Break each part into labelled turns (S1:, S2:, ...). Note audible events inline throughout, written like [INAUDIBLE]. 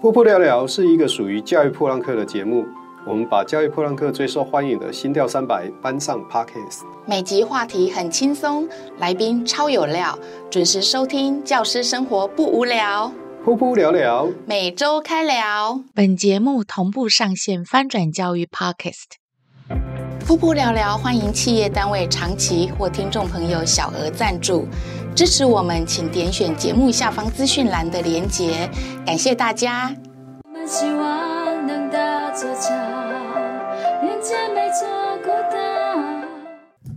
S1: 波波聊聊是一个属于教育破浪客的节目，我们把教育破浪客最受欢迎的《新调三百》搬上 Podcast。
S2: 每集话题很轻松，来宾超有料，准时收听，教师生活不无聊。
S1: 波波聊聊，
S2: 每周开聊，
S3: 本节目同步上线翻转教育 Podcast。
S2: 噗噗聊聊欢迎企业单位长期或听众朋友小额赞助支持我们，请点选节目下方资讯栏的连结，感谢大家。
S4: 我们希望能大做强，连接每座孤岛。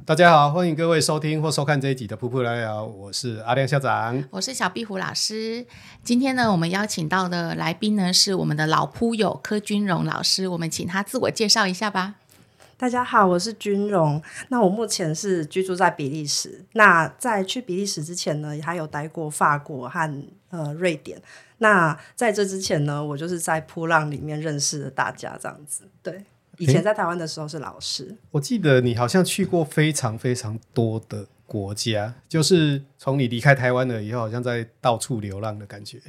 S1: 大家好，欢迎各位收听或收看这一集的《噗噗聊聊》，我是阿亮校长。
S3: 我是小壁虎老师，今天呢，我们邀请到的来宾呢是我们的老扑友柯君荣老师，我们请他自我介绍一下吧。
S5: 大家好，我是君荣。那我目前是居住在比利时。那在去比利时之前呢，还有待过法国和呃瑞典。那在这之前呢，我就是在扑浪里面认识的大家，这样子。对，以前在台湾的时候是老师，
S1: 我记得你好像去过非常非常多的国家，就是从你离开台湾了以后，好像在到处流浪的感觉。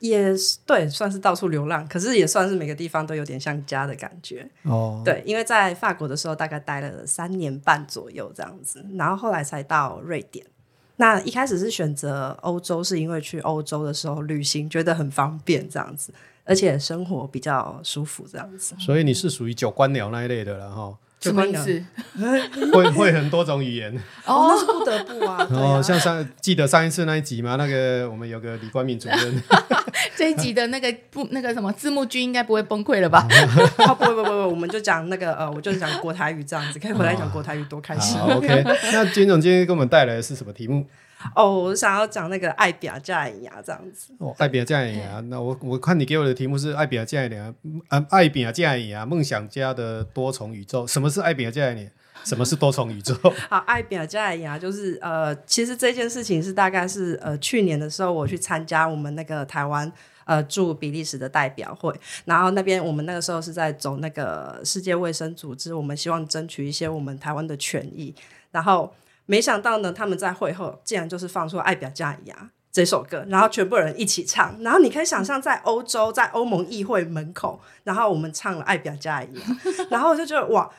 S5: 也是对，算是到处流浪，可是也算是每个地方都有点像家的感觉。
S1: 哦，
S5: 对，因为在法国的时候大概待了三年半左右这样子，然后后来才到瑞典。那一开始是选择欧洲，是因为去欧洲的时候旅行觉得很方便这样子，而且生活比较舒服这样子。
S1: 所以你是属于九官僚那一类的了哈，
S5: 就
S3: 什么意
S1: [LAUGHS]
S3: 思？
S1: 会会很多种语言。
S5: 哦，那是不得不啊，对啊
S1: 哦，像上记得上一次那一集吗？那个我们有个李冠明主任，
S3: 这一集的那个不那个什么字幕君应该不会崩溃了
S1: [LAUGHS]
S3: 吧？
S5: 啊不不不不，我们就讲那个呃，我就讲国台语这样子，可以回来讲国台语多开心
S1: 哦好 OK。那军总今天给我们带来的是什么题目？
S5: 哦！我想要讲那个爱表加牙这样子，
S1: 哦，爱比加牙。那我我看你给我的题目是爱比加牙，嗯，爱比加牙，梦想家的多重宇宙。什么是爱比加牙？什么是多重宇宙？ [LAUGHS]
S5: 好，啊爱表加牙就是呃，其实这件事情是大概是呃去年的时候，我去参加我们那个台湾呃驻比利时的代表会，然后那边我们那个时候是在走那个世界卫生组织，我们希望争取一些我们台湾的权益，然后没想到呢，他们在会后竟然就是放出《爱表加牙》这首歌，然后全部人一起唱，然后你可以想象在欧洲，在欧盟议会门口，然后我们唱了《爱表加牙》， [LAUGHS] 然后我就觉得哇。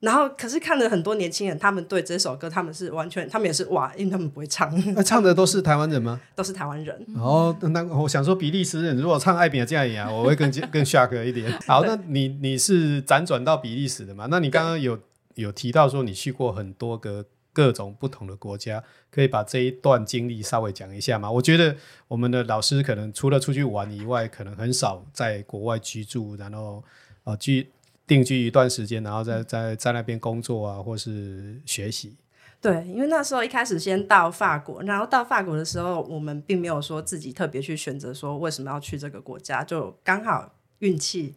S5: 然后，可是看了很多年轻人，他们对这首歌，他们是完全，他们也是哇，因为他们不会唱， [LAUGHS]
S1: 那唱的都是台湾人吗？
S5: 都是台湾人。
S1: 哦，那我想说比利时人如果唱爱比加牙，我会更更 shock 一点。好，那你你是辗转到比利时的嘛？那你刚刚有有提到说你去过很多个各种不同的国家，可以把这一段经历稍微讲一下吗？我觉得我们的老师可能除了出去玩以外，可能很少在国外居住，然后啊、呃居定居一段时间，然后再在在那边工作啊，或是学习。
S5: 对，因为那时候一开始先到法国，然后到法国的时候，我们并没有说自己特别去选择说为什么要去这个国家，就刚好运气、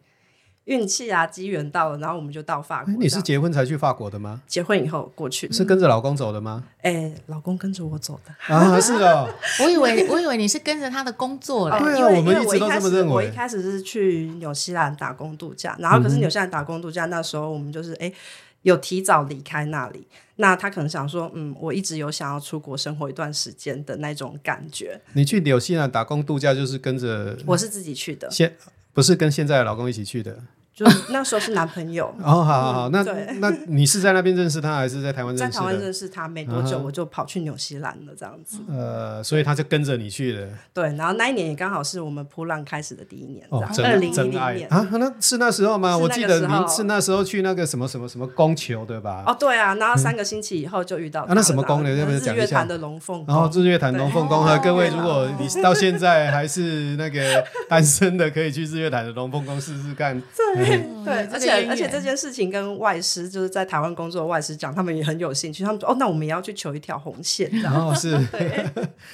S5: 运气啊机缘到了，然后我们嗯就到法国
S1: 哎
S5: 这样。
S1: 你是结婚才去法国的吗？
S5: 结婚以后过去？
S1: 是跟着老公走的吗？
S5: 哎，老公跟着我走的。
S1: 啊，是哦。
S3: 我以为我以为你是跟着他的工作
S1: 对啊
S3: 嘞，
S5: 呃因为
S1: 我们
S5: 因为
S1: 一直都
S5: 我开
S1: 这么
S5: 始
S1: 认为
S5: 我一开始是去纽西兰打工度假，然后
S1: 嗯
S5: 可是纽西兰打工度假那时候我们就是哎、诶有提早离开那里，那他可能想说，嗯，我一直有想要出国生活一段时间的那种感觉。
S1: 你去纽西兰打工度假，就是跟着
S5: 我是自己去的，
S1: 现不是跟现在的老公一起去的。。
S5: 就那时候是男朋友
S1: 哦，好好好，那
S5: 对
S1: 那你是在那边认识他，还是在台湾
S5: 在
S1: [LAUGHS] 认识
S5: 台湾
S1: 的？嗯
S5: 认识他没多久，我就跑去纽西兰了，这样子。
S1: 呃，所以他就跟着你去了。
S5: 对，然后那一年也刚好是我们扑浪开始的第一年，这
S1: 哦
S5: 样，
S1: 真
S5: 二零一
S1: 真
S5: 零
S1: 爱
S5: 年。
S1: 啊，那是那时候吗？
S5: 是那个
S1: 我记得
S5: 时候
S1: 您是那时候去那个什么什么什么宫球对吧？
S5: 哦，对啊，然后三个星期以后就遇到
S1: 嗯啊
S5: 他
S1: 那什么
S5: 了
S1: 宫呢要不要
S5: 日
S1: 讲一
S5: 月
S1: 下哦
S5: 潭的龙凤宫。
S1: 然后日月潭龙凤宫哈，
S5: 对
S1: 各位，
S5: 哦
S1: 如果你到现在还是那个单身的，可以去日月潭的龙凤宫试试看。
S5: [LAUGHS] 对，
S3: 这
S5: 嗯而
S3: 个
S5: 且
S3: 渊源
S5: 而且这件事情跟外师就是在台湾工作的外师讲，他们也很有兴趣。他们说：“哦，那我们也要去求一条红线。”这
S1: 然
S5: 样
S1: 后是， [LAUGHS]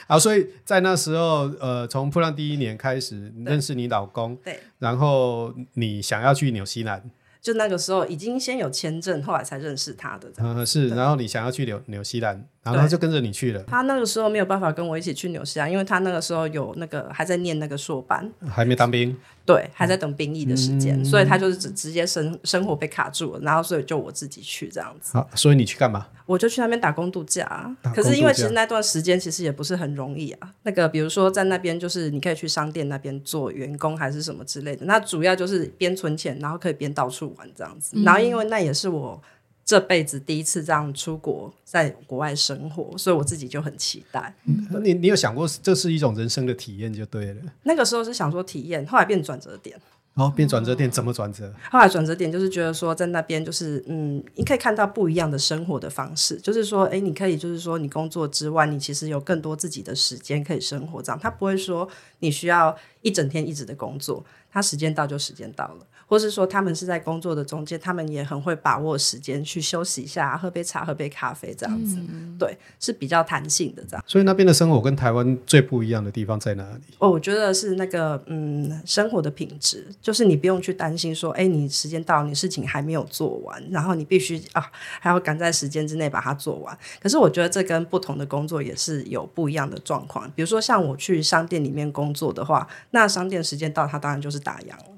S1: 好，所以在那时候，呃，从破浪第一年开始认识你老公，
S5: 对，
S1: 然后你想要去纽西兰，
S5: 就那个时候已经先有签证，后来才认识他的。这样
S1: 呃嗯，是，然后你想要去纽纽西兰，然后他就跟着你去了，
S5: 他那个时候没有办法跟我一起去纽西兰，因为他那个时候有那个还在念那个硕班，
S1: 还没当兵，
S5: 对，还在等兵役的时间，所以他就是直直接生生活被卡住了，然后所以就我自己去这样子，
S1: 好，所以你去干嘛？
S5: 我就去那边打工度假啊。
S1: 打工
S5: 可是因为
S1: 度
S5: 其
S1: 假
S5: 实那段时间其实也不是很容易啊。那个比如说在那边就是你可以去商店那边做员工还是什么之类的，那主要就是边存钱，然后可以边到处玩这样子。
S1: 嗯
S5: 然后因为那也是我。这辈子第一次这样出国，在国外生活，所以我自己就很期待。
S1: 你你有想过这是一种人生的体验就对了，
S5: 那个时候是想说体验，后来变转折点。
S1: 然后变转折点怎么转折？
S5: 后来转折点就是觉得说，在那边就是嗯，你可以看到不一样的生活的方式，就是说，哎，你可以就是说，你工作之外，你其实有更多自己的时间可以生活，这样他不会说你需要一整天一直的工作，他时间到就时间到了。或是说，他们是在工作的中间，他们也很会把握时间去休息一下，喝杯茶、喝杯咖啡这样子，对，是比较弹性的这样。
S1: 所以那边的生活跟台湾最不一样的地方在哪里？
S5: 哦，我觉得是那个嗯，生活的品质，就是你不用去担心说，哎，你时间到，你事情还没有做完，然后你必须啊，还要赶在时间之内把它做完。可是我觉得这跟不同的工作也是有不一样的状况。比如说像我去商店里面工作的话，那商店时间到，它当然就是打烊了。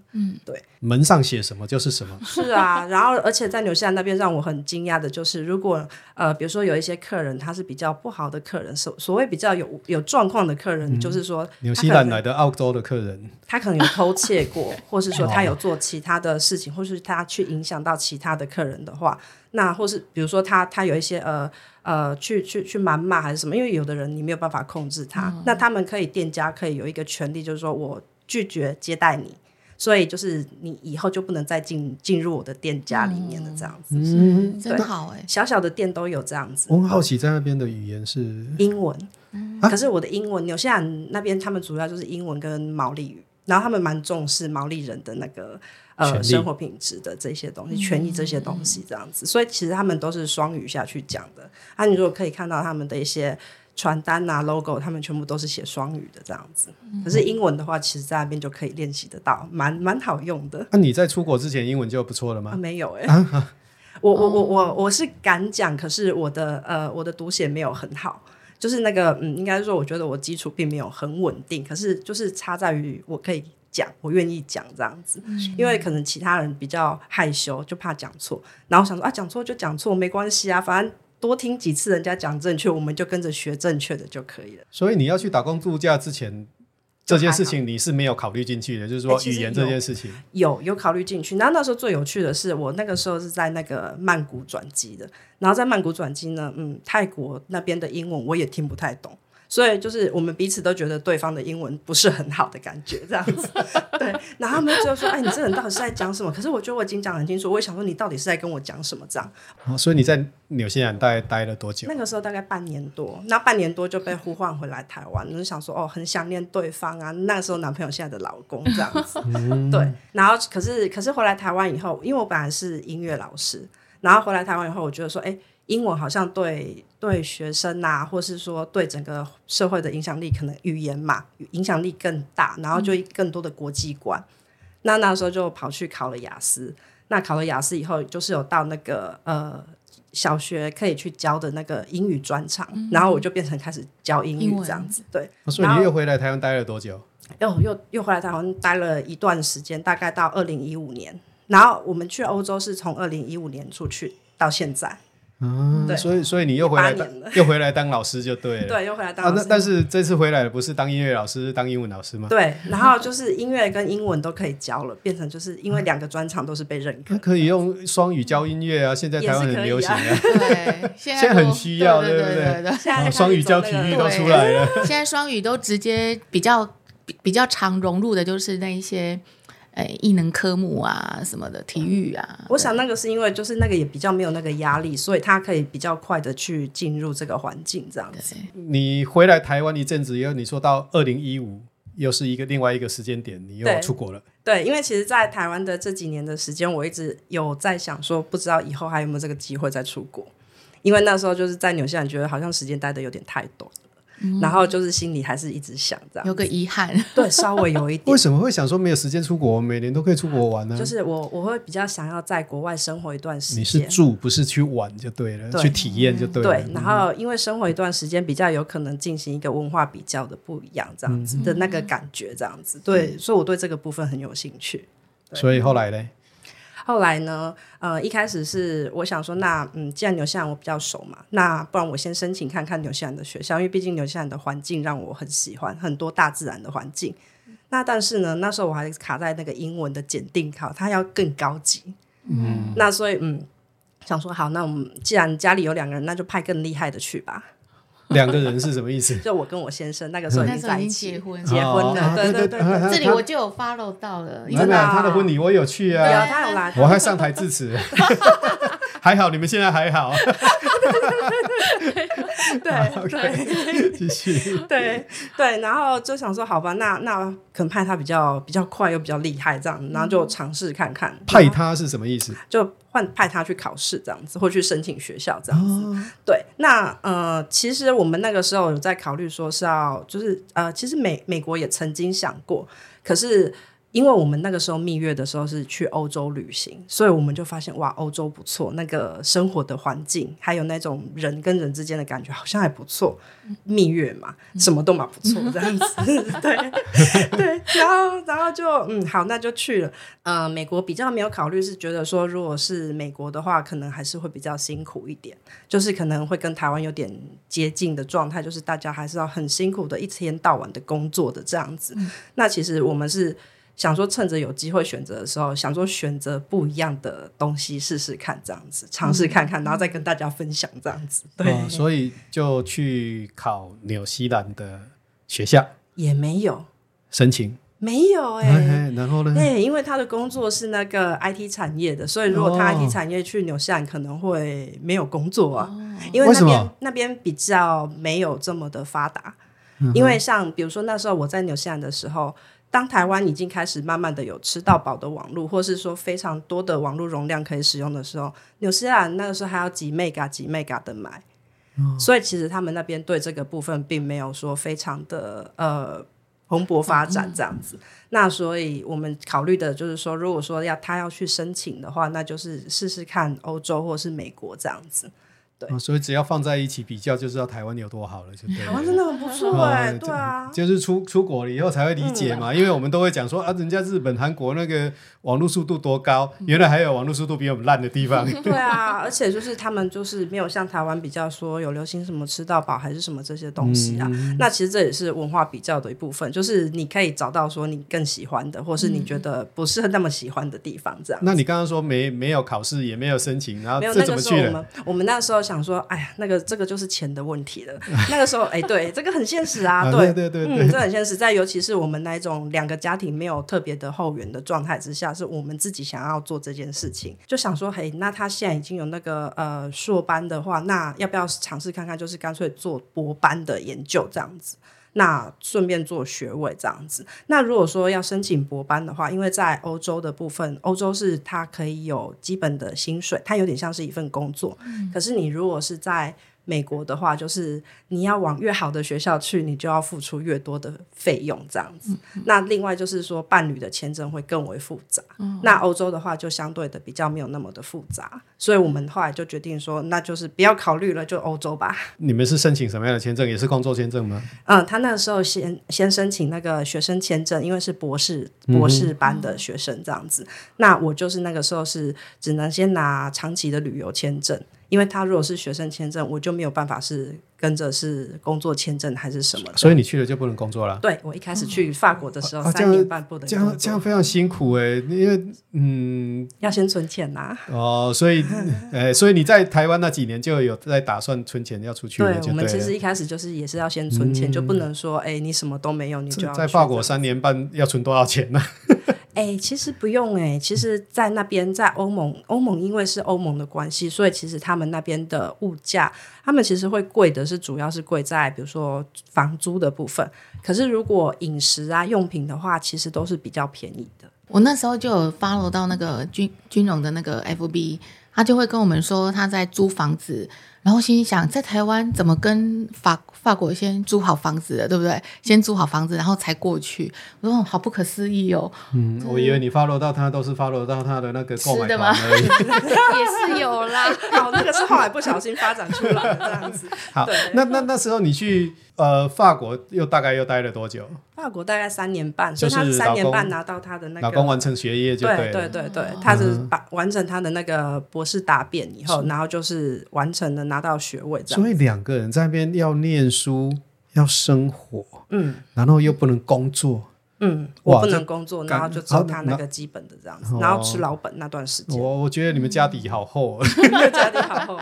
S1: 门上写什么就是什么，
S5: 是啊， [LAUGHS] 然后而且在纽西兰那边让我很惊讶的就是，如果呃，比如说有一些客人他是比较不好的客人，所所谓比较有有状况的客人，就是说
S1: 嗯纽
S5: 他
S1: 西
S5: 可
S1: 兰
S5: [LAUGHS] 能
S1: 来的澳洲的客人，
S5: 他可能有偷窃过，或是说他有做其他的事情，或是他去影响到其他的客人的话，那或是比如说他他有一些呃呃去去去谩骂还是什么，因为有的人你没有办法控制他，那他们可以店家可以有一个权利，就是说我拒绝接待你。所以就是你以后就不能再进进入我的店家里面了，这样子，
S1: 嗯，
S3: 真好
S1: [LAUGHS]
S3: 哎、
S5: 小小的店都有这样子。
S1: 我很好奇在那边的语言是
S5: 英文，
S1: 啊
S5: 可是我的英文，纽西兰那边他们主要就是英文跟毛利语，然后他们蛮重视毛利人的那个
S1: 权
S5: 呃
S1: 利
S5: 生活品质的这些东西、权益这些东西这样子，所以其实他们都是双语下去讲的。啊，你如果可以看到他们的一些传单啊、logo，他们全部都是写双语的这样子。可是英文的话，其实在那边就可以练习得到，蛮蛮好用的。
S1: 那、你在出国之前英文就不错了
S5: 啊，
S1: 吗？
S5: 没有哎、 [LAUGHS] 我我我我我是敢讲，可是我的呃我的读写没有很好，就是那个嗯，应该是说我觉得我基础并没有很稳定，可是就是差在于我可以讲，我愿意讲这样子，因为可能其他人比较害羞，就怕讲错，然后想说啊讲错就讲错没关系啊，反正多听几次人家讲正确，我们就跟着学正确的就可以了。
S1: 所以你要去打工度假之前，这件事情你是没有考虑进去的，就是说
S5: 哎其
S1: 语
S5: 实
S1: 言
S5: 有
S1: 这件事情。
S5: 有有考虑进去。然后那时候最有趣的是，我那个时候是在那个曼谷转机的，然后在曼谷转机呢，嗯，泰国那边的英文我也听不太懂。所以就是我们彼此都觉得对方的英文不是很好的感觉，这样子。 [LAUGHS] 对，然后他们就说：“哎，你这人到底是在讲什么？”可是我觉得我已经讲得很清楚，我也想说你到底是在跟我讲什么这样。
S1: 哦所以你在纽西兰大概待了多久
S5: 那？个时候大概半年多，那半年多就被呼唤回来台湾，我就想说哦，很想念对方啊。那个时候男朋友现在的老公这样子，对。然后可是可是回来台湾以后，因为我本来是音乐老师，然后回来台湾以后，我觉得说，哎，英文好像对对学生啊，或是说对整个社会的影响力，可能语言嘛影响力更大，然后就更多的国际观。那那时候就跑去考了雅思。那考了雅思以后，就是有到那个呃小学可以去教的那个英语专场，然后我就变成开始教英
S3: 嗯英
S5: 语
S3: 文
S5: 这样子。对，
S1: 哦所以你又回来台湾待了多久？
S5: 又又又回来台湾待了一段时间，大概到二零一五年。然后我们去欧洲是从二零一五年出去到现在，对
S1: 所以所以你又回来
S5: 八
S1: 当
S5: 年了
S1: 又回来当老师就对了。
S5: [LAUGHS] 对，又回来当
S1: 啊，
S5: 老
S1: 那
S5: 师。
S1: 但是这次回来的不是当音乐老师，是当英文老师
S5: [LAUGHS]
S1: 吗？
S5: 对，然后就是音乐跟英文都可以教了，变成就是因为两个专场都是被认可
S1: 那。可以用双语教音乐啊，现在
S5: 也
S1: 台湾
S5: 是
S1: 很
S5: 可以
S1: 流行
S5: 啊
S1: 啊，
S3: 对，现
S1: 现在很
S3: 都
S1: 需要
S3: 对
S1: 对不对
S3: 对对。
S5: [LAUGHS] 现在
S1: 哦
S5: 开始
S1: 双语教
S5: 走
S1: 体
S5: 那个
S1: 育都
S3: 对
S1: 出来了。
S3: 现在双语都直接比较比比较常融入的就是那一些呃异能科目啊什么的，体育啊。
S5: 我想那个是因为就是那个也比较没有那个压力，所以他可以比较快的去进入这个环境这样子。
S1: [LAUGHS] 你回来台湾一阵子以后，你说到二零一五，又是一个另外一个时间点，你又
S5: 对
S1: 出国了。
S5: 对，因为其实，在台湾的这几年的时间，我一直有在想说，不知道以后还有没有这个机会再出国，因为那时候就是在纽西兰，觉得好像时间待的有点太短了。然后就是心里还是一直想这样，
S3: 有个遗憾，
S5: 对，稍微有一点
S1: [LAUGHS] 为。什么会想说没有时间出国？我每年都可以出国玩呢、
S5: 就是我，我会比较想要在国外生活一段时
S1: 你是
S5: 间，
S1: 住，不是去玩就对了，
S5: 对
S1: 去体验就对了。
S5: 对，然后因为生活一段时间，比较有可能进行一个文化比较的不一样，这
S1: 嗯
S5: 样子的那个感觉，这样子，对，所以我对这个部分很有兴趣。
S1: 所以后来呢？
S5: 后来呢，呃，一开始是我想说，那嗯，既然纽西兰我比较熟嘛，那不然我先申请看看纽西兰的学校，因为毕竟纽西兰的环境让我很喜欢，很多大自然的环境。那但是呢，那时候我还卡在那个英文的检定考，它要更高级。嗯，那所以嗯，想说好，那我们既然家里有两个人，那就派更厉害的去吧。？
S1: 两个人是什么意思
S5: 就我跟我先生那个时候已
S3: 那
S5: 经
S3: 时候
S5: 在
S3: 已
S5: 一
S3: 经
S5: 起
S3: 结，婚，
S5: 结婚
S1: 哦
S5: 了，
S1: 啊
S5: 对
S1: 对
S5: 对
S1: 对
S5: 对
S1: 啊
S5: 对。
S3: 这里我就有 follow 到了，因
S1: 没有
S3: 为
S1: 没
S5: 呃真的
S1: 有
S5: 啊
S1: 他的婚礼我有去
S5: 有
S1: 啊，
S5: 他有来，
S1: 我还上台致辞。还好你们现在还好。对对，继续。
S5: 对对，然后就想说，好吧，那那可能派他比较比较快又比较厉害这样，然后就尝试看看，
S1: 派他是什么意思？
S5: 就换派他去考试这样子，或去申请学校这样子。对，那呃，其实我们那个时候有在考虑说是要，就是呃，其实美美国也曾经想过，可是。因为我们那个时候蜜月的时候是去欧洲旅行，所以我们就发现哇，欧洲不错，那个生活的环境，还有那种人跟人之间的感觉好像还不错。蜜月嘛，什么都蛮不错这样子， [LAUGHS] 对对。然后然后就嗯好，那就去了。呃，美国比较没有考虑，是觉得说，如果是美国的话，可能还是会比较辛苦一点，就是可能会跟台湾有点接近的状态，就是大家还是要很辛苦的，一天到晚的工作的这样子。那其实我们是想说，趁着有机会选择的时候，想说选择不一样的东西试试看，这样子尝试看看，然后再跟大家分享这样子。对，
S1: 哦所以就去考纽西兰的学校
S5: 也没有，
S1: 申请。
S5: 没有哎、
S1: 哎，然后呢？
S5: 对，因为他的工作是那个 IT 产业的，所以如果他
S1: 哦
S5: IT 产业去纽西兰，可能会没有工作啊，因
S1: 为
S5: 为那
S1: 什么
S5: 边那边比较没有这么的发达。
S1: 嗯
S5: 因为像比如说那时候我在纽西兰的时候，当台湾已经开始慢慢的有吃到饱的网络，或是说非常多的网络容量可以使用的时候，纽西兰那个时候还要几 mega 几 mega 的买。
S1: 嗯
S5: 所以其实他们那边对这个部分并没有说非常的呃蓬勃发展这样子。那所以我们考虑的就是说，如果说要他要去申请的话，那就是试试看欧洲或是美国这样子。
S1: 哦所以只要放在一起比较，就知道台湾有多好了，就对了。
S5: 台湾真的很不错哎、
S1: 哦
S5: 对啊。嗯
S1: 就是出出国了以后才会理解嘛，因为我们都会讲说啊，人家日本、韩国那个网络速度多高，
S5: 嗯
S1: [LAUGHS] 原来还有网络速度比我们烂的地
S5: [LAUGHS]
S1: 方。
S5: 对啊，而且就是他们就是没有像台湾比较说有流行什么吃到饱还是什么这些东西啊。
S1: 嗯
S5: 那其实这也是文化比较的一部分，就是你可以找到说你更喜欢的，或是你觉得不是那么喜欢的地方，这样。
S1: 那你刚刚说没没有考试，也没有申请，然后
S5: 没有
S1: 啊这
S5: 那
S1: 怎
S5: 个
S1: 么
S5: 时候
S1: 去
S5: 我
S1: 了？
S5: 们我们那时候想说，哎呀，那个这个就是钱的问题了。那个时候，哎，对，这个很现实
S1: [LAUGHS]
S5: 啊，
S1: 对
S5: 对
S1: 对对
S5: 嗯，这很现实。在尤其是我们那一种两个家庭没有特别的后援的状态之下，是我们自己想要做这件事情，就想说，嘿，那他现在已经有那个呃硕班的话，那要不要尝试看看？就是干脆做博班的研究这样子。那顺便做学位这样子。那如果说要申请博班的话，因为在欧洲的部分，欧洲是它可以有基本的薪水，它有点像是一份工作。可是你如果是在美国的话，就是你要往越好的学校去，你就要付出越多的费用这样子。那另外就是说，伴侣的签证会更为复杂。那欧洲的话，就相对的比较没有那么的复杂，所以我们后来就决定说，那就是不要考虑了，就欧洲吧。
S1: 你们是申请什么样的签证？也是工作签证吗？
S5: 嗯，他那个时候先先申请那个学生签证，因为是博士博士班的学生这样子。那我就是那个时候是只能先拿长期的旅游签证，因为他如果是学生签证，我就没有办法是跟着是工作签证还是什么的。
S1: 所以你去了就不能工作了。
S5: 对我一开始去法国的时候，
S1: 啊这
S5: 三
S1: 样
S5: 年半不能
S1: 这
S5: 工
S1: 样
S5: 作
S1: 这样非常辛苦哎、因为嗯
S5: 要先存钱呐、
S1: 哦，所以 [LAUGHS] 呃，所以你在台湾那几年就有在打算存钱要出去了，
S5: 对
S1: 就
S5: 我们
S1: 对
S5: 其
S1: 了嗯
S5: 实一开始就是也是要先存钱，就不能说哎、你什么都没有，你就要
S1: 在
S5: 去
S1: 法
S5: 这
S1: 国
S5: 样
S1: 三年半要存多少钱呢、
S5: 哎、其实不用哎、其实，在那边，在欧盟，欧盟因为是欧盟的关系，所以其实他们那边的物价，他们其实会贵的是，主要是贵在比如说房租的部分。可是如果饮食啊、用品的话，其实都是比较便宜
S1: [LAUGHS]
S5: 的。
S3: 我那时候就有 follow 到那个军军容的那个 FB，他就会跟我们说他在租房子，然后心里想在台湾怎么跟法法国先租好房子的，对不对？先租好房子，然后才过去。我说哦好不可思议哦，
S1: 嗯，我以为你 follow 到他都是 follow 到他的那个购买
S3: 吃的吗
S1: 团而已。
S3: [LAUGHS] 也是有啦。
S5: 好，那个是后来不小心发展出来的这样子。
S1: 好
S5: 对，
S1: 那那那时候你去呃法国又大概又待了多久？
S5: 法国大概三年半，
S1: 就是
S5: 所以他三年
S1: 老
S5: 半
S1: 公
S5: 拿到他的那
S1: 老公
S5: 个。
S1: 完成学业就
S5: 对
S1: 了。
S5: 对对对，他是把完成他的那个博士答辩以后，然后就是完成了拿到学位这样。
S1: 所以两个人在那边要念书，要生活，
S5: 嗯
S1: 然后又不能工作，
S5: 嗯，
S1: 哇
S5: 我不
S1: 这
S5: 能工作，
S1: 干
S5: 然后就只有
S1: 好
S5: 他
S1: 那
S5: 那个基本的这样子
S1: 哦，
S5: 然后吃老本那段时间。
S1: 我我觉得你们家底好厚、哦。
S5: 家里好厚，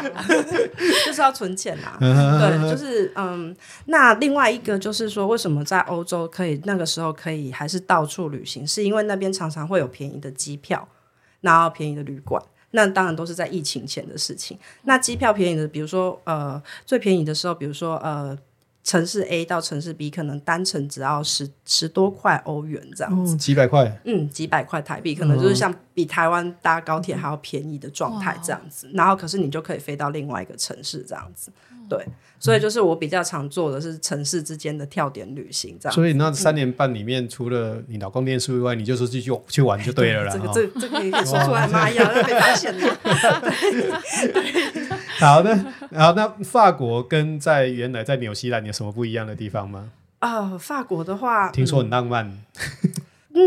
S5: 就是要存钱啊。对，就是嗯，那另外一个就是说，为什么在欧洲可以那个时候可以还是到处旅行，是因为那边常常会有便宜的机票，然后便宜的旅馆。那当然都是在疫情前的事情。那机票便宜的，比如说呃，最便宜的时候，比如说呃，城市 A 到城市 B 可能单程只要十十多块欧元这样
S1: [LAUGHS]
S5: 子。
S1: 嗯几百块，
S5: 嗯，几百块台币，可能
S1: 嗯
S5: 就是像比台湾搭高铁还要便宜的状态这样子。然后，可是你就可以飞到另外一个城市这样子，对。所以就是我比较常做的是城市之间的跳点旅行这样。嗯
S1: 所以那三年半里面，除了你老公念书以外，你就出去去去玩就对了啦。
S5: 这个
S1: 哈
S5: 这个这个也可以说出来吗？呀，被发现了。
S1: [LAUGHS] 好的，好，那法国跟在原来在纽西兰有什么不一样的地方吗？
S5: 啊，法国的话，
S1: 听说很浪漫，
S5: 嗯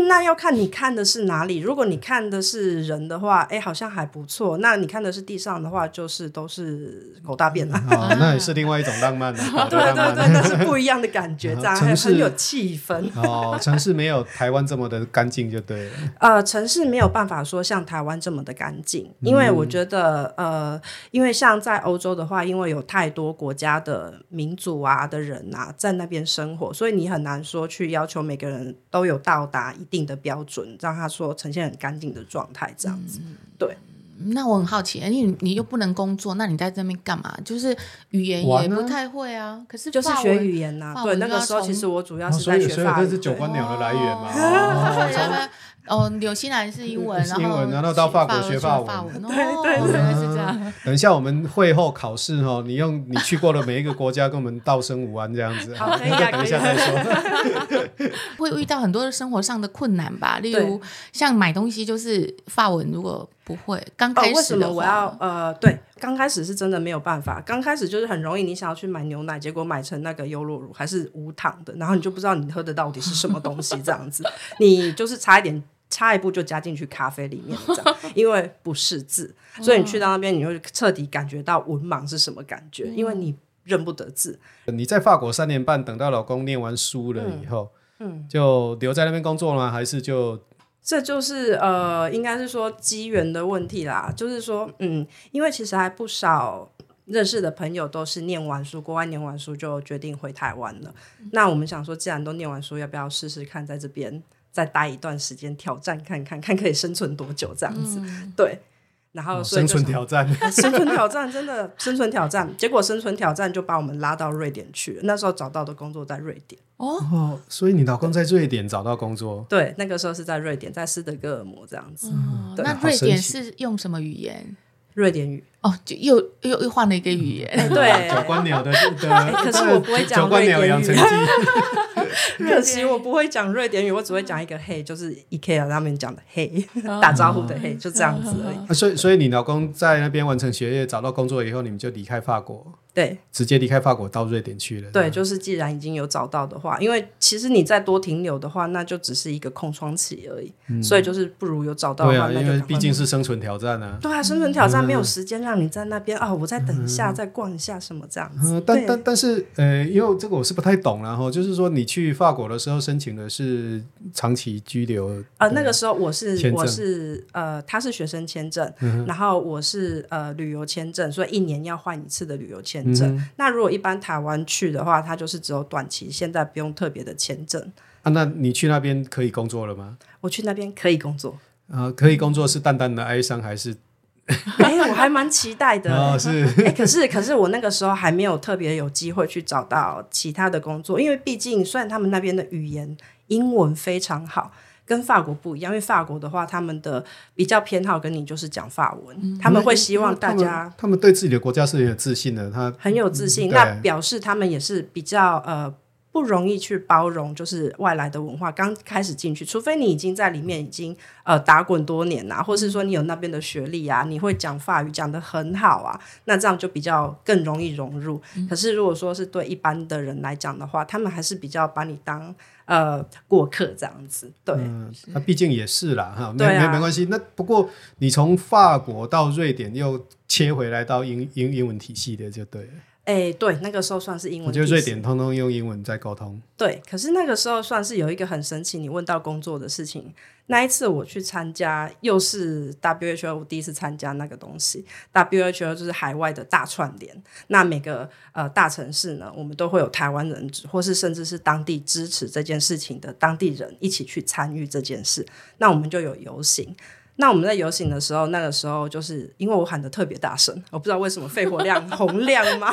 S5: 那要看你看的是哪里。如果你看的是人的话，哎，好像还不错。那你看的是地上的话，就是都是狗大便啦。啊
S1: 哦，那也是另外一种浪漫啊，法国
S5: [LAUGHS] 对对
S1: 浪漫
S5: 对，那是不一样的感
S1: [LAUGHS]
S5: 觉，这样还
S1: 城市
S5: 很有气氛。
S1: 哦，城市没有台湾这么的干净就对了。
S5: 呃，城市没有办法说像台湾这么的干净，因为
S1: 嗯
S5: 我觉得，呃，因为像在欧洲的话，因为有太多国家的民族啊的人啊在那边生活，所以你很难说去要求每个人都有到达一定的标准，让他说呈现很干净的状态这样
S3: 嗯
S5: 子。
S3: 那我很好奇，因为你又不能工作，那你在这边干嘛？就是语言也
S1: 玩啊
S3: 不太会啊，可是
S5: 就是
S3: 法
S5: 学
S3: 文
S5: 语言呐、
S3: 法
S5: 对，
S3: 文
S5: 那
S3: 就
S5: 个
S3: 要
S5: 时候其
S3: 从
S5: 实我主要
S1: 哦
S5: 是
S1: 所
S5: 在
S1: 以
S5: 学
S1: 所以
S5: 法语。
S1: 这是九官鸟的来源嘛。
S3: 哦
S1: 哦，
S3: 对对哦，纽西兰是英文，
S1: 是
S3: 然
S1: 英
S3: 后
S1: 文然后到法国学
S3: 学
S1: 法
S3: 文，
S1: 文
S3: 哦，原来是这样。
S1: 等一下我们会后考试哦，你用你去过的每一个国家跟我们道声午安这样子。
S5: 好可以啊
S1: [LAUGHS] 那等一下
S5: 可以
S1: 再
S5: 啊
S1: 说。
S3: 会遇到很多的生活上的困难吧，例如像买东西，就是法文如果不会，刚
S5: 哦
S3: 开，
S5: 为什
S3: 始
S5: 么
S3: 的
S5: 我
S3: 话，
S5: 要呃，对，刚开始是真的没有办法，刚开始就是很容易，你想要去买牛奶，结果买成那个优酪乳还是无糖的，然后你就不知道你喝的到底是什么东西，这样子，你就是差一点。差一步就加进去咖啡里面，这样，因为不识字，所以你去到那边，你会彻底感觉到文盲是什么感觉，因为
S3: 嗯
S5: 你认不得字。
S1: 你在法国三年半，等到老公念完书了以后，嗯，就留在那边工作吗？还是就
S5: 这就是呃，应该是说机缘的问题啦。就是说，嗯，因为其实还不少认识的朋友都是念完书，国外念完书就决定回台湾了。那我们想说，既然都念完书，要不要试试看在这边再待一段时间，挑战看看，看可以生存多久这样子？对。然后
S1: 哦
S5: 所
S1: 生
S5: 以就想、
S1: 存挑战？
S5: [LAUGHS] 生存挑战真的生存挑战，结果生存挑战就把我们拉到瑞典去了。那时候找到的工作在瑞典，
S3: 哦，
S1: 哦，所以你老公在瑞典找到工作，
S5: 对，那个时候是在瑞典，在斯德哥尔摩这样子，对
S3: 哦那
S1: 好
S3: 瑞
S1: 神
S3: 典
S1: 奇
S3: 是用什么语言？
S5: 瑞典语。
S3: 哦，就又又又换了一个语言。
S5: 对，
S1: 九官鸟的的。
S5: 可是我不会讲
S1: 九官鸟
S5: 瑞典
S1: 养
S5: 语
S1: 成记，
S5: [LAUGHS] 可惜我不会讲瑞典语，我只会讲一个嘿，就是 IKEA 他们讲的嘿，打招呼的嘿，就这样子而已。
S1: 啊所以所以你老公在那边完成学业，找到工作以后，你们就离开法国，
S5: 对
S1: 直接离开法国到瑞典去了。
S5: 对，就是既然已经有找到的话，因为其实你再多停留的话，那就只是一个空窗期而已。所以就是不如有找到
S1: 嗯对
S5: 的话，
S1: 啊，
S5: 那
S1: 因
S5: 就
S1: 为
S5: 赶快
S1: 毕竟是生存挑战啊。
S5: 对啊，生存挑战没有时间让你在那边啊，我再等一下，再逛一下什么这样子
S1: 嗯，。但
S5: 对
S1: 但但是，呃，因为这个我是不太懂啦，然后就是说，你去法国的时候申请的是长期居留
S5: 呃，
S1: 的
S5: 那个时候我是
S1: 签证嗯
S5: 我是呃，他是学生签证，然后我是呃旅游签证，所以一年要换一次的旅游签
S1: 嗯
S5: 证。那如果一般台湾去的话，它就是只有短期，现在不用特别的签证。
S1: 啊，那你去那边可以工作了吗？ [LAUGHS]
S5: 我去那边可以工作，
S1: 啊、可以工作是淡淡的哀伤，还是
S5: 哎、我还蛮期待的、
S1: 哦，是
S5: [LAUGHS] 哎、可是可是我那个时候还没有特别有机会去找到其他的工作，因为毕竟虽然他们那边的语言英文非常好，跟法国不一样，因为法国的话他们的比较偏好跟你就是讲法文，他们会希望大
S1: 嗯哎他
S5: 家
S1: 们，他们对自己的国家是很有自信的。他
S5: 很有自
S1: 嗯
S5: 信，
S1: 对
S5: 那表示他们也是比较呃不容易去包容，就是外来的文化。刚开始进去，除非你已经在里面已经呃打滚多年啊，或是说你有那边的学历啊，你会讲法语讲得很好啊，那这样就比较更容易融入。可是如果说是对一般的人来讲的话，他们还是比较把你当呃过客这样子。对，
S1: 嗯，那毕竟也是啦，哈，没
S5: 对啊
S1: 没没关系。那不过你从法国到瑞典又切回来到英英英文体系的就对了。
S5: 哎、对，那个时候算是英文
S1: 我
S5: 第
S1: 觉
S5: 四。
S1: 得瑞典通通用英文在沟
S5: [LAUGHS]
S1: 通。
S5: 对，可是那个时候算是有一个很神奇，你问到工作的事情。那一次我去参加，又是 WHO，我第一次参加那个东西。WHO 就是海外的大串联，那每个呃大城市呢，我们都会有台湾人，或是甚至是当地支持这件事情的当地人一起去参与这件事。那我们就有游行。那我们在游行的时候，那个时候就是因为我喊的特别大声，我不知道为什么肺活量洪亮吗？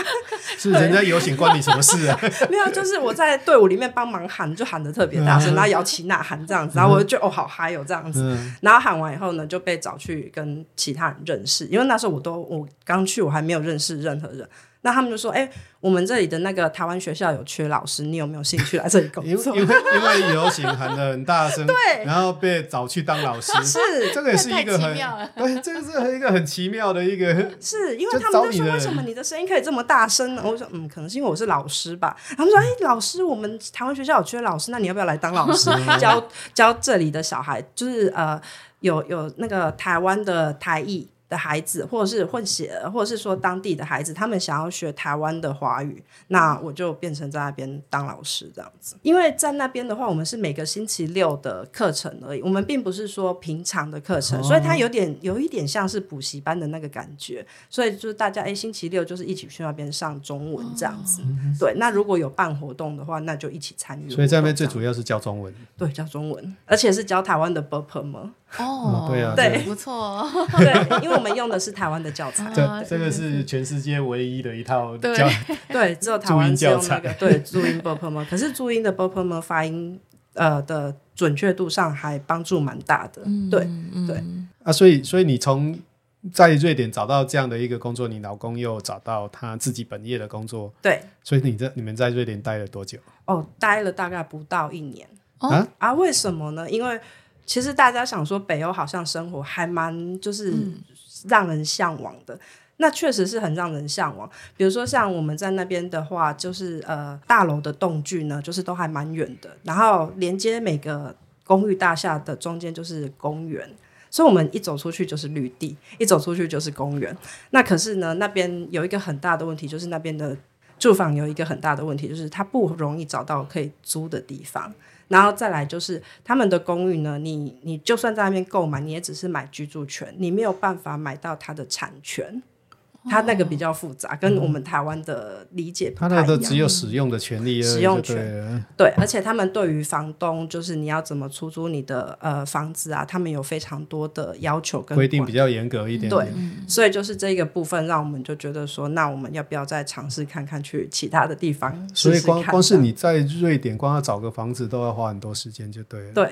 S1: 是人家游行关你什么事
S5: [LAUGHS]
S1: 啊？
S5: 没有，就是我在队伍里面帮忙喊，就喊的特别大声，然后摇旗呐喊这样子，然后我就觉得哦好嗨哦这样子，
S1: 嗯，
S5: 然后喊完以后呢，就被找去跟其他人认识，因为那时候我都我刚去，我还没有认识任何人。那他们就说：“哎、我们这里的那个台湾学校有缺老师，你有没有兴趣来这
S1: [LAUGHS]
S5: 里工
S1: 因为
S5: 作
S1: 因为因为游行喊得很大声，对， [LAUGHS] 然后被找去当老师，是这个也是一个
S3: 太
S1: 很
S3: 奇妙了
S1: [LAUGHS] 对，这个是一个很奇妙的一个？” [LAUGHS]
S5: 是因为
S1: 就
S5: 他们
S1: 找
S5: 就
S1: 你
S5: 说：“
S1: 的
S5: 为什么你的声音可以这么大声呢？”我说：“嗯，可能是因为我是老师吧。”他们说：“哎、老师，我们台湾学校有缺老师，那你要不要来当老
S1: [LAUGHS]
S5: 师，教教这里的小孩？就是呃，有有那个台湾的台裔的孩子，或者是混血儿，或者是说当地的孩子，他们想要学台湾的华语，那我就变成在那边当老师这样子。因为在那边的话，我们是每个星期六的课程而已，我们并不是说平常的课程，所以
S1: 哦
S5: 它有点有一点像是补习班的那个感觉。所以就是大家哎，星期六就是一起去那边上中文这样子。对，那如果有办活动的话，那就一起参与活动这样。
S1: 哦所以在那边最主要是教中文。
S5: 对教中文，而且是教台湾的 b u p e
S1: [LAUGHS]
S5: r
S3: 哦
S1: 哦，对啊
S5: 对
S3: 不错哦，
S5: 对，因为我们用的是台湾的教材。
S1: 这这个是全世界唯一的一套
S3: 对
S1: 教
S5: 对，只有台湾是用那个对注音 b o p m 可是注音的 b o p m 发音呃的准确度上还帮助蛮大的。对，
S3: 嗯
S5: 对
S1: 啊，所以所以你从在瑞典找到这样的一个工作，你老公又找到他自己本业的工作，
S5: 对，
S1: 所以你在你们在瑞典待了多久？
S5: 哦，待了大概不到一年。
S3: 哦
S1: 啊
S5: 啊，为什么呢？因为其实大家想说北欧好像生活还蛮就是让人向往的。那确实是很让人向往，比如说像我们在那边的话，就是呃大楼的栋距呢，就是都还蛮远的，然后连接每个公寓大厦的中间就是公园，所以我们一走出去就是绿地，一走出去就是公园。那可是呢，那边有一个很大的问题，就是那边的住房有一个很大的问题，就是它不容易找到可以租的地方。然后再来就是他们的公寓呢，你你就算在那边购买，你也只是买居住权，你没有办法买到它的产权。它那个比较复杂，跟我们台湾的理解不
S1: 他
S5: 太一
S1: 那
S5: 样。
S1: 个只有使用的权利而已，
S5: 使用
S1: 就对了
S5: 对，而且他们对于房东，就是你要怎么出租你的呃房子啊，他们有非常多的要求跟
S1: 规定
S5: 管
S1: 比较严格一点。
S5: 对，所以就是这个部分，让我们就觉得说，那我们要不要再尝试看看去其他的地方试
S1: 所以
S5: 试看
S1: 光光是你在瑞典，光要找个房子都要花很多时间，就对了。
S5: 对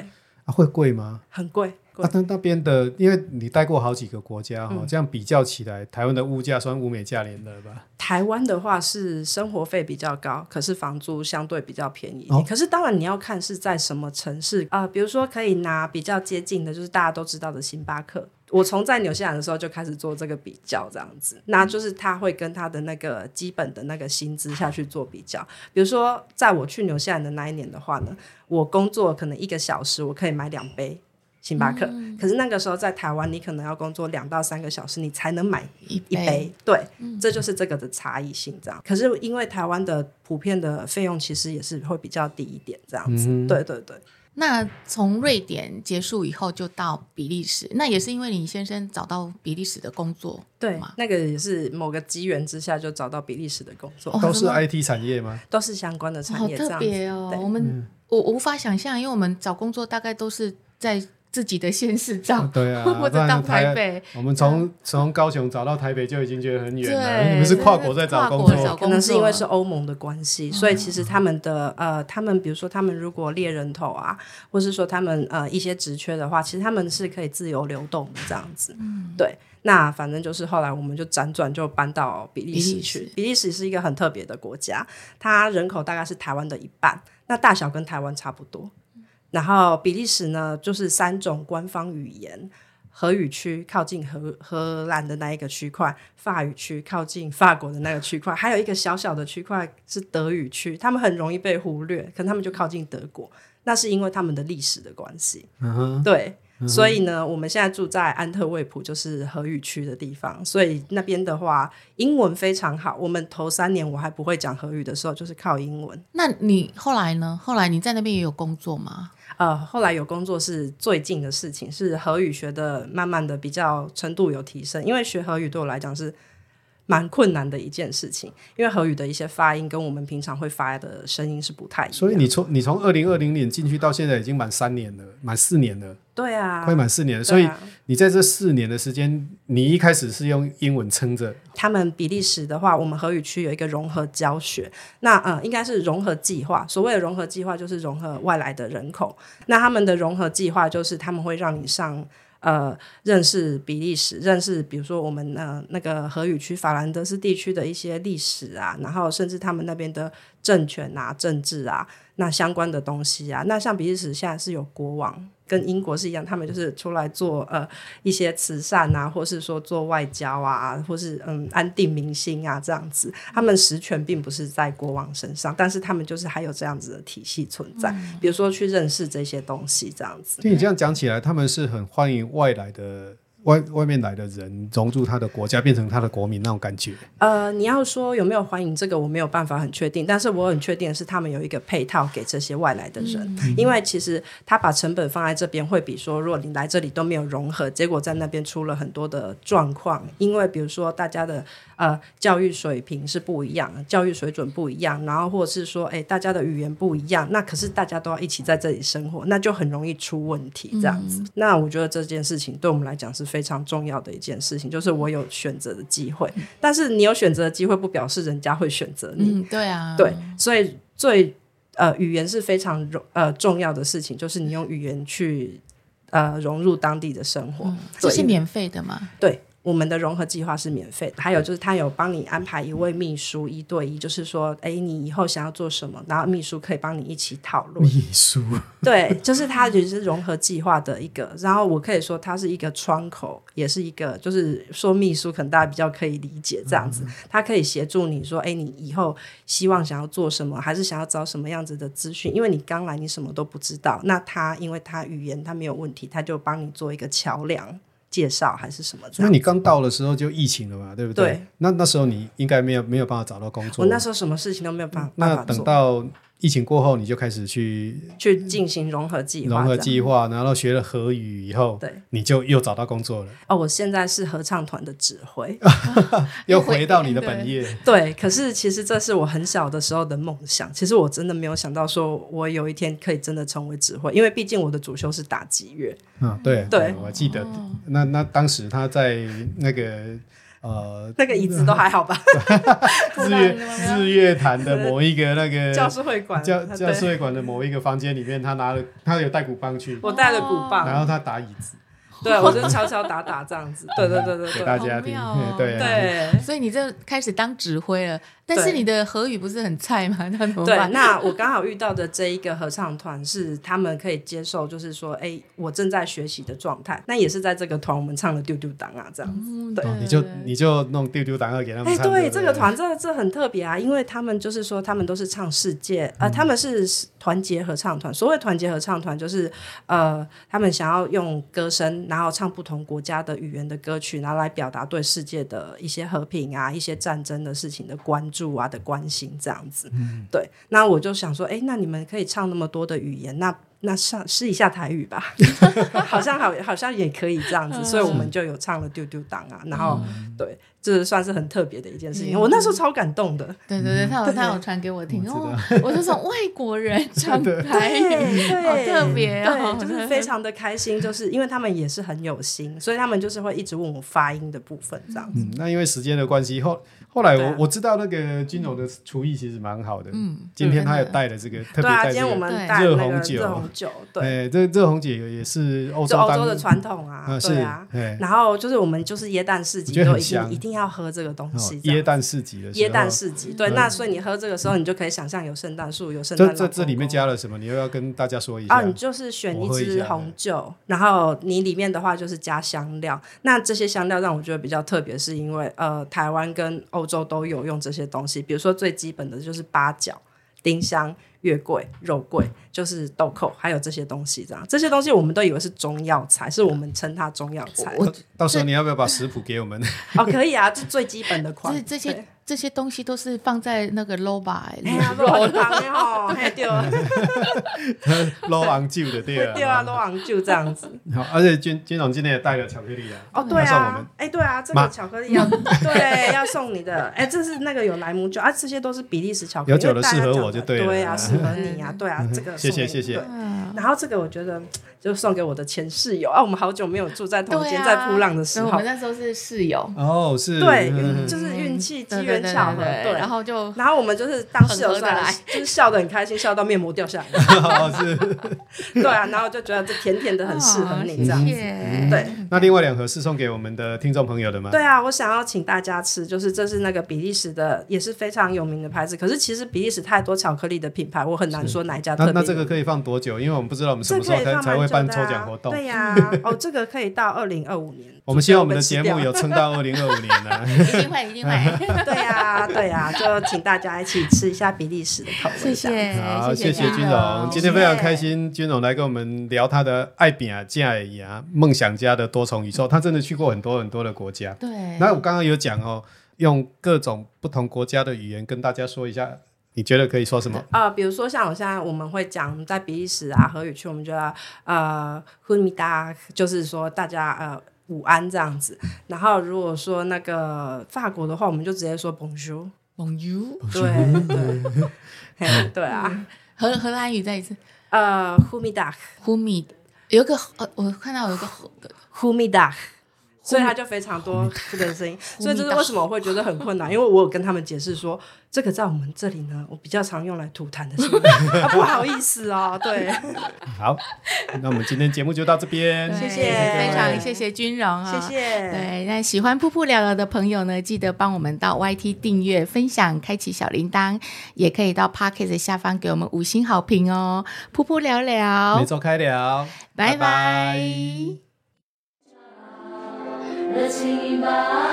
S1: 啊，会贵吗？
S5: 很贵，贵嗯
S1: 啊，那那边的，因为你待过好几个国家哈、这样比较起来，台湾的物价算物美价廉的了吧？
S5: 台湾的话是生活费比较高，可是房租相对比较便宜。
S1: 哦
S5: 可是当然你要看是在什么城市啊、呃比如说可以拿比较接近的，就是大家都知道的星巴克。我从在纽西兰的时候就开始做这个比较，这样子，那就是他会跟他的那个基本的那个薪资下去做比较。比如说，在我去纽西兰的那一年的话呢，我工作可能一个小时，我可以买两杯星巴克。可是那个时候在台湾，你可能要工作两到三个小时，你才能买
S3: 一
S5: 一
S3: 杯
S5: 杯，对，
S3: 嗯
S5: 这就是这个的差异性这样。可是因为台湾的普遍的费用其实也是会比较低一点这样子，对对对，
S3: 那从瑞典结束以后就到比利时，那也是因为你先生找到比利时的工作，
S5: 对
S3: 嘛，
S5: 那个也是某个机缘之下就找到比利时的工作，
S3: 哦
S1: 都是
S3: 真的吗
S1: IT 产业吗？
S5: 都是相关的
S3: 哦
S5: 产
S3: 好
S5: 业这
S3: 特
S5: 样
S3: 别
S5: 子。
S1: 嗯
S3: 哦
S5: 对。
S3: 我们我我无法想象，因为我们找工作大概都是在自己的县市找，
S1: 对
S5: [LAUGHS]
S1: 啊，
S3: [LAUGHS] 或
S1: 不
S3: 者
S1: 然
S3: 到
S1: 台
S3: 台北，
S1: 我们从从高雄找到台北就已经觉得很远了，
S3: 对
S1: 你们是跨国在找工
S3: 跨国
S1: 作，
S3: 找
S5: 可能是因为
S3: 工作嗯
S5: 是欧盟的关系，所以其实他们的呃，他们比如说他们如果猎人头啊，或是说他们呃一些职缺的话，其实他们是可以自由流动的这样子。对。那反正就是后来我们就辗转就搬到比利时去。比利时是一个很特别的国家，它人口大概是台湾的一半，那大小跟台湾差不多。然后比利时呢，就是三种官方语言：荷语区靠近荷荷兰的那一个区块，法语区靠近法国的那个区块，还有一个小小的区块是德语区，他们很容易被忽略，可能他们就靠近德国，那是因为他们的历史的关系。
S1: 嗯哼，
S5: 对，所以呢，我们现在住在安特卫普，就是荷语区的地方，所以那边的话，英文非常好。我们头三年我还不会讲荷语的时候，就是靠英文。
S3: 那你后来呢？后来你在那边也有工作吗？
S5: 呃，后来有工作是最近的事情，是荷语学的，慢慢的比较程度有提升，因为学荷语对我来讲是蛮困难的一件事情，因为荷语的一些发音跟我们平常会发的声音是不太一样。
S1: 所以你从你从二零二零年进去到现在已经满三年了，满四年了，
S5: 对啊，
S1: 快满四年了，
S5: 对啊
S1: 所以你在这四年的时间，你一开始是用英文撑着，
S5: 他们比利时的话，我们荷语区有一个融合教学，那呃应该是融合计划。所谓的融合计划就是融合外来的人口。那他们的融合计划就是他们会让你上呃认识比利时，认识比如说我们呃那个荷语区法兰德斯地区的一些历史啊，然后甚至他们那边的政权啊、政治啊，那相关的东西啊。那像比利时现在是有国王。跟英国是一样，他们就是出来做呃一些慈善啊，或是说做外交啊，或是嗯安定民心啊这样子。他们实权并不是在国王身上，但是他们就是还有这样子的体系存在，比如说去认识这些东西这样子。
S1: 听你这样讲起来，他们是很欢迎外来的外外面来的人融入他的国家，变成他的国民那种感觉。
S5: 呃，你要说有没有欢迎这个，我没有办法很确定，但是我很确定的是他们有一个配套给这些外来的人，嗯因为其实他把成本放在这边，会比说如果你来这里都没有融合，结果在那边出了很多的状况，因为比如说大家的呃教育水平是不一样，教育水准不一样，然后或者是说哎大家的语言不一样，那可是大家都要一起在这里生活，那就很容易出问题这样
S3: 嗯
S5: 子。那我觉得这件事情对我们来讲是非常重要的一件事情，就是我有选择的机会。但是你有选择的机会，不表示人家会选择你。
S3: 嗯，对啊，
S5: 对，所以最呃语言是非常容呃重要的事情，就是你用语言去呃融入当地的生活。
S3: 嗯，这
S5: 对
S3: 是免费的嘛？
S5: 对，我们的融合计划是免费的，还有就是他有帮你安排一位秘书一对一，就是说，哎，你以后想要做什么，然后秘书可以帮你一起讨论。
S1: 秘书，
S5: 对，就是它也是融合计划的一个，然后我可以说它是一个窗口，也是一个，就是说秘书可能大家比较可以理解这样子，它可以协助你说，哎，你以后希望想要做什么，还是想要找什么样子的资讯，因为你刚来你什么都不知道，那他因为他语言他没有问题，他就帮你做一个桥梁介绍还是什么这
S1: 所以
S5: 样。
S1: 你刚到的时候就疫情了嘛，对不对？
S5: 对
S1: 那那时候你应该没有没有办法找到工作。
S5: 我那时候什么事情都没有办办
S1: 嗯那
S5: 法
S1: 等
S5: 做，
S1: 到疫情过后，你就开始去
S5: 去进行融合计划。
S1: 融合计划，然后学了荷语以后，
S5: 对
S1: 你就又找到工作了，
S5: 哦，我现在是合唱团的指
S1: [LAUGHS]
S5: 挥，
S1: 又
S3: 又
S1: 回
S3: 回
S1: 到你的
S3: 对
S1: 本业。
S5: 对，可是其实这是我很小的时候的梦想。其实我真的没有想到，说我有一天可以真的成为指挥，因为毕竟我的主修是打击乐。
S1: 嗯，对
S5: 对
S1: 我记得。
S3: 哦
S1: 那那当时他在那个呃
S5: 那个椅子都还好吧？
S1: 日月日月潭的某一个那个
S5: 教师会馆，
S1: 教
S5: 对
S1: 教师会馆的某一个房间里面，他拿了他有带鼓棒去，
S5: 我带了鼓
S1: 然
S5: 棒，
S1: 后他打椅子
S5: 对我就敲敲打打这样子。对对对对
S1: 给
S5: 对
S1: 大家听，
S3: 好妙哦
S1: 对啊
S5: 对。
S3: 所以你这开始当指挥了，但是
S5: 对
S3: 你的荷语不是很菜吗？ [LAUGHS] 那怎么
S5: 对，
S3: 办？
S5: 哦那我刚好遇到的这一个合唱团是他们可以接受，就是说，哎，我正在学习的状态。那也是在这个团，我们唱了丢丢当啊，这样子。对
S1: 哦你就你就弄丢丢档案给他们
S5: 哎，
S1: 唱。对不
S5: 对，
S1: 对
S5: 这个团这这很特别啊，因为他们就是说，他们都是唱世界，
S1: 嗯
S5: 呃，他们是团结合唱团。所谓团结合唱团，就是呃，他们想要用歌声，然后唱不同国家的语言的歌曲，然后来表达对世界的一些和平啊、一些战争的事情的关注啊、的关心这样子。对，那我就想说，哎，那你们可以唱那么多的语言，那。那上试一下台语吧， [LAUGHS]
S3: 嗯
S5: 好像好好像也可以这样子，所以我们就有唱了丢丢档啊，然后对，这算是很特别的一件事情。
S3: 嗯
S5: 我那时候超感动的，
S3: 对对对，他有他有传给我听哦，我就说外国人
S1: [LAUGHS]
S3: 唱台语，好
S5: 对
S3: 特别哦
S5: 对，，
S3: [LAUGHS]
S5: 就是非常的开心，就是因为他们也是很有心，所以他们就是会一直问我发音的部分这样。
S1: 嗯，那因为时间的关系，后后来我、
S5: 对啊
S1: 我知道那个金融的厨艺其实蛮好的，
S3: 嗯
S1: 今天他
S3: 真
S1: 有
S3: 的
S1: 带了这个，特别
S5: 对啊，
S1: 带
S5: 今
S1: 这
S5: 天我
S1: 个，
S5: 们
S3: 对
S5: 带
S1: 热
S5: 那
S1: 红
S5: 个
S1: 酒
S5: 热红酒，对，
S1: 哎，这这红姐也是欧
S5: 就
S1: 洲
S5: 欧
S1: 当
S5: 洲的传统啊，
S1: 嗯是
S5: 对啊。
S1: 哎，
S5: 然后就是我们就是椰蛋市
S1: 我
S5: 集
S1: 觉得
S5: 都
S1: 很
S5: 一定
S1: 香
S5: 一定要喝这个东
S1: 哦
S5: 西，
S1: 椰蛋市集的时候
S5: 椰蛋市集，对，
S1: 嗯
S5: 那所以你喝这个时候，你就可以想象有圣诞树，有圣诞
S1: 这
S5: 老
S1: 这这里面
S5: 公公
S1: 加了什么？你又要跟大家说一下。
S5: 哦啊，你就是选
S1: 我
S5: 一
S1: 喝一
S5: 支
S1: 下嗯
S5: 红酒，然后你里面的话就是加香料。那这些香料让我觉得比较特别，是因为呃，台湾跟欧洲都有用这些东西，比如说最基本的就是八角、丁香、月桂、肉桂，就是豆蔻，还有这些东西。这样这些东西我们都以为是中药材，是我们称它中药材。
S1: 到到时候你要不要把食谱给我
S5: [LAUGHS]
S1: 们？
S5: 哦，可以啊，这最基本的款
S3: 这。这
S5: 对
S3: 些这些东西都是放在那个 loba
S5: 哎呀，肉很棒的吼，嘿对，哦
S1: [LAUGHS] 捞昂旧的对啊，
S5: 对啊，都昂就这样子。
S1: 好，而且君君总今天也带了巧克力啊，
S5: 哦，对
S1: 要送我
S5: 啊
S1: 们，
S5: 哎，对啊，这
S1: 妈
S5: 个巧克力要对要送你的，哎，这是那个有莱姆酒啊，这些都是比利时巧克力，
S1: 有酒的
S5: 因为大家
S1: 适合
S5: 讲
S1: 我
S5: 的
S1: 就对了
S5: 对啊，适合你啊，对啊，这个
S1: 谢谢
S5: 送给你
S1: 谢谢
S5: 对
S3: 嗯，
S5: 然后这个我觉得就送给我的前室友啊，我们好久没有住在同一
S3: 对
S5: 间，
S3: 啊，
S5: 在普朗的时
S3: 对
S5: 候
S3: 我们，那时候是室友，
S1: 哦，是，
S5: 对，
S1: 嗯
S5: 就是运气
S3: 对
S5: 机
S3: 对
S5: 缘
S3: 对
S5: 巧合，
S3: 对
S5: 对，
S3: 然。后就
S5: 然后我们就是当室友
S3: 很合得
S5: 算
S3: 来，
S5: 就是笑得很开心，笑到面膜掉下来。
S1: 哦是。
S5: 对啊，然后就觉得这甜甜的很适合
S3: 哦
S5: 你这样子。嗯
S3: 子
S5: 对，
S1: 那另外两盒是送给我们的听众朋友的吗？
S5: 对啊，我想要请大家吃，就是这是那个比利时的，也是非常有名的牌子。可是其实比利时太多巧克力的品牌，我很难说哪一家特
S1: 那
S5: 别有名。
S1: 那这个可以放多久？因为我们不知道我们什
S5: 这
S1: 么时候
S5: 可以
S1: 才
S5: 放
S1: 才会
S5: 蛮久
S1: 办
S5: 的
S1: 抽
S5: 啊
S1: 奖活动。
S5: 对呀、
S1: [LAUGHS]
S5: 哦，这个可以到二零二五年。
S1: 我们希望我们的节
S5: 就被
S1: 目
S5: 吃
S1: 有撑到二零二五年啊呢。
S3: 一定会一定
S5: [LAUGHS]
S3: 会，
S5: 掉。对呀、对呀、就请大家一起吃一下比利时的口
S3: 谢
S5: 味。
S3: 谢。
S1: 好，谢
S3: 哎谢
S1: 君
S3: 荣
S1: 荣，今天非常开心，君荣来跟我们聊他的爱饼啊、架牙、梦想家的多重宇宙。他真的去过很多很多的国家。
S3: 对，
S1: 那我刚刚有讲哦，用各种不同国家的语言跟大家说一下，你觉得可以说什
S3: [LAUGHS]
S1: 么？
S5: 呃，比如说像我现在我们会讲在比利时啊和语区，我们就要呃 h u m i d a 就是说大家呃午安这样子。然后如果说那个法国的话，我们就直接说 Bonjour。
S3: 蒙 you
S5: 对对嘿，对啊，
S3: 荷荷兰语再一次
S5: 呃 h u m i d a
S3: 呼米，有一个呃，我看到有一个
S5: h u m i d a 所以它就非常多这个声音，所以这是为什么我会觉得很困难，因为我有跟他们解释说，这个在我们这里呢，我比较常用来吐痰的声音，啊 [LAUGHS] 不好意思哦，对，
S1: 好，那我们今天节目就到这边，
S3: 对
S5: 谢谢
S3: 非常谢谢君荣啊，
S5: 谢谢，
S3: 对，那喜欢瀑布聊聊的朋友呢，记得帮我们到 YT 订阅、分享、开启小铃铛，也可以到 Pocket 下方给我们五星好评哦。瀑布聊聊
S1: 每，周开聊，
S3: 拜拜
S1: 拜
S4: 热情一把。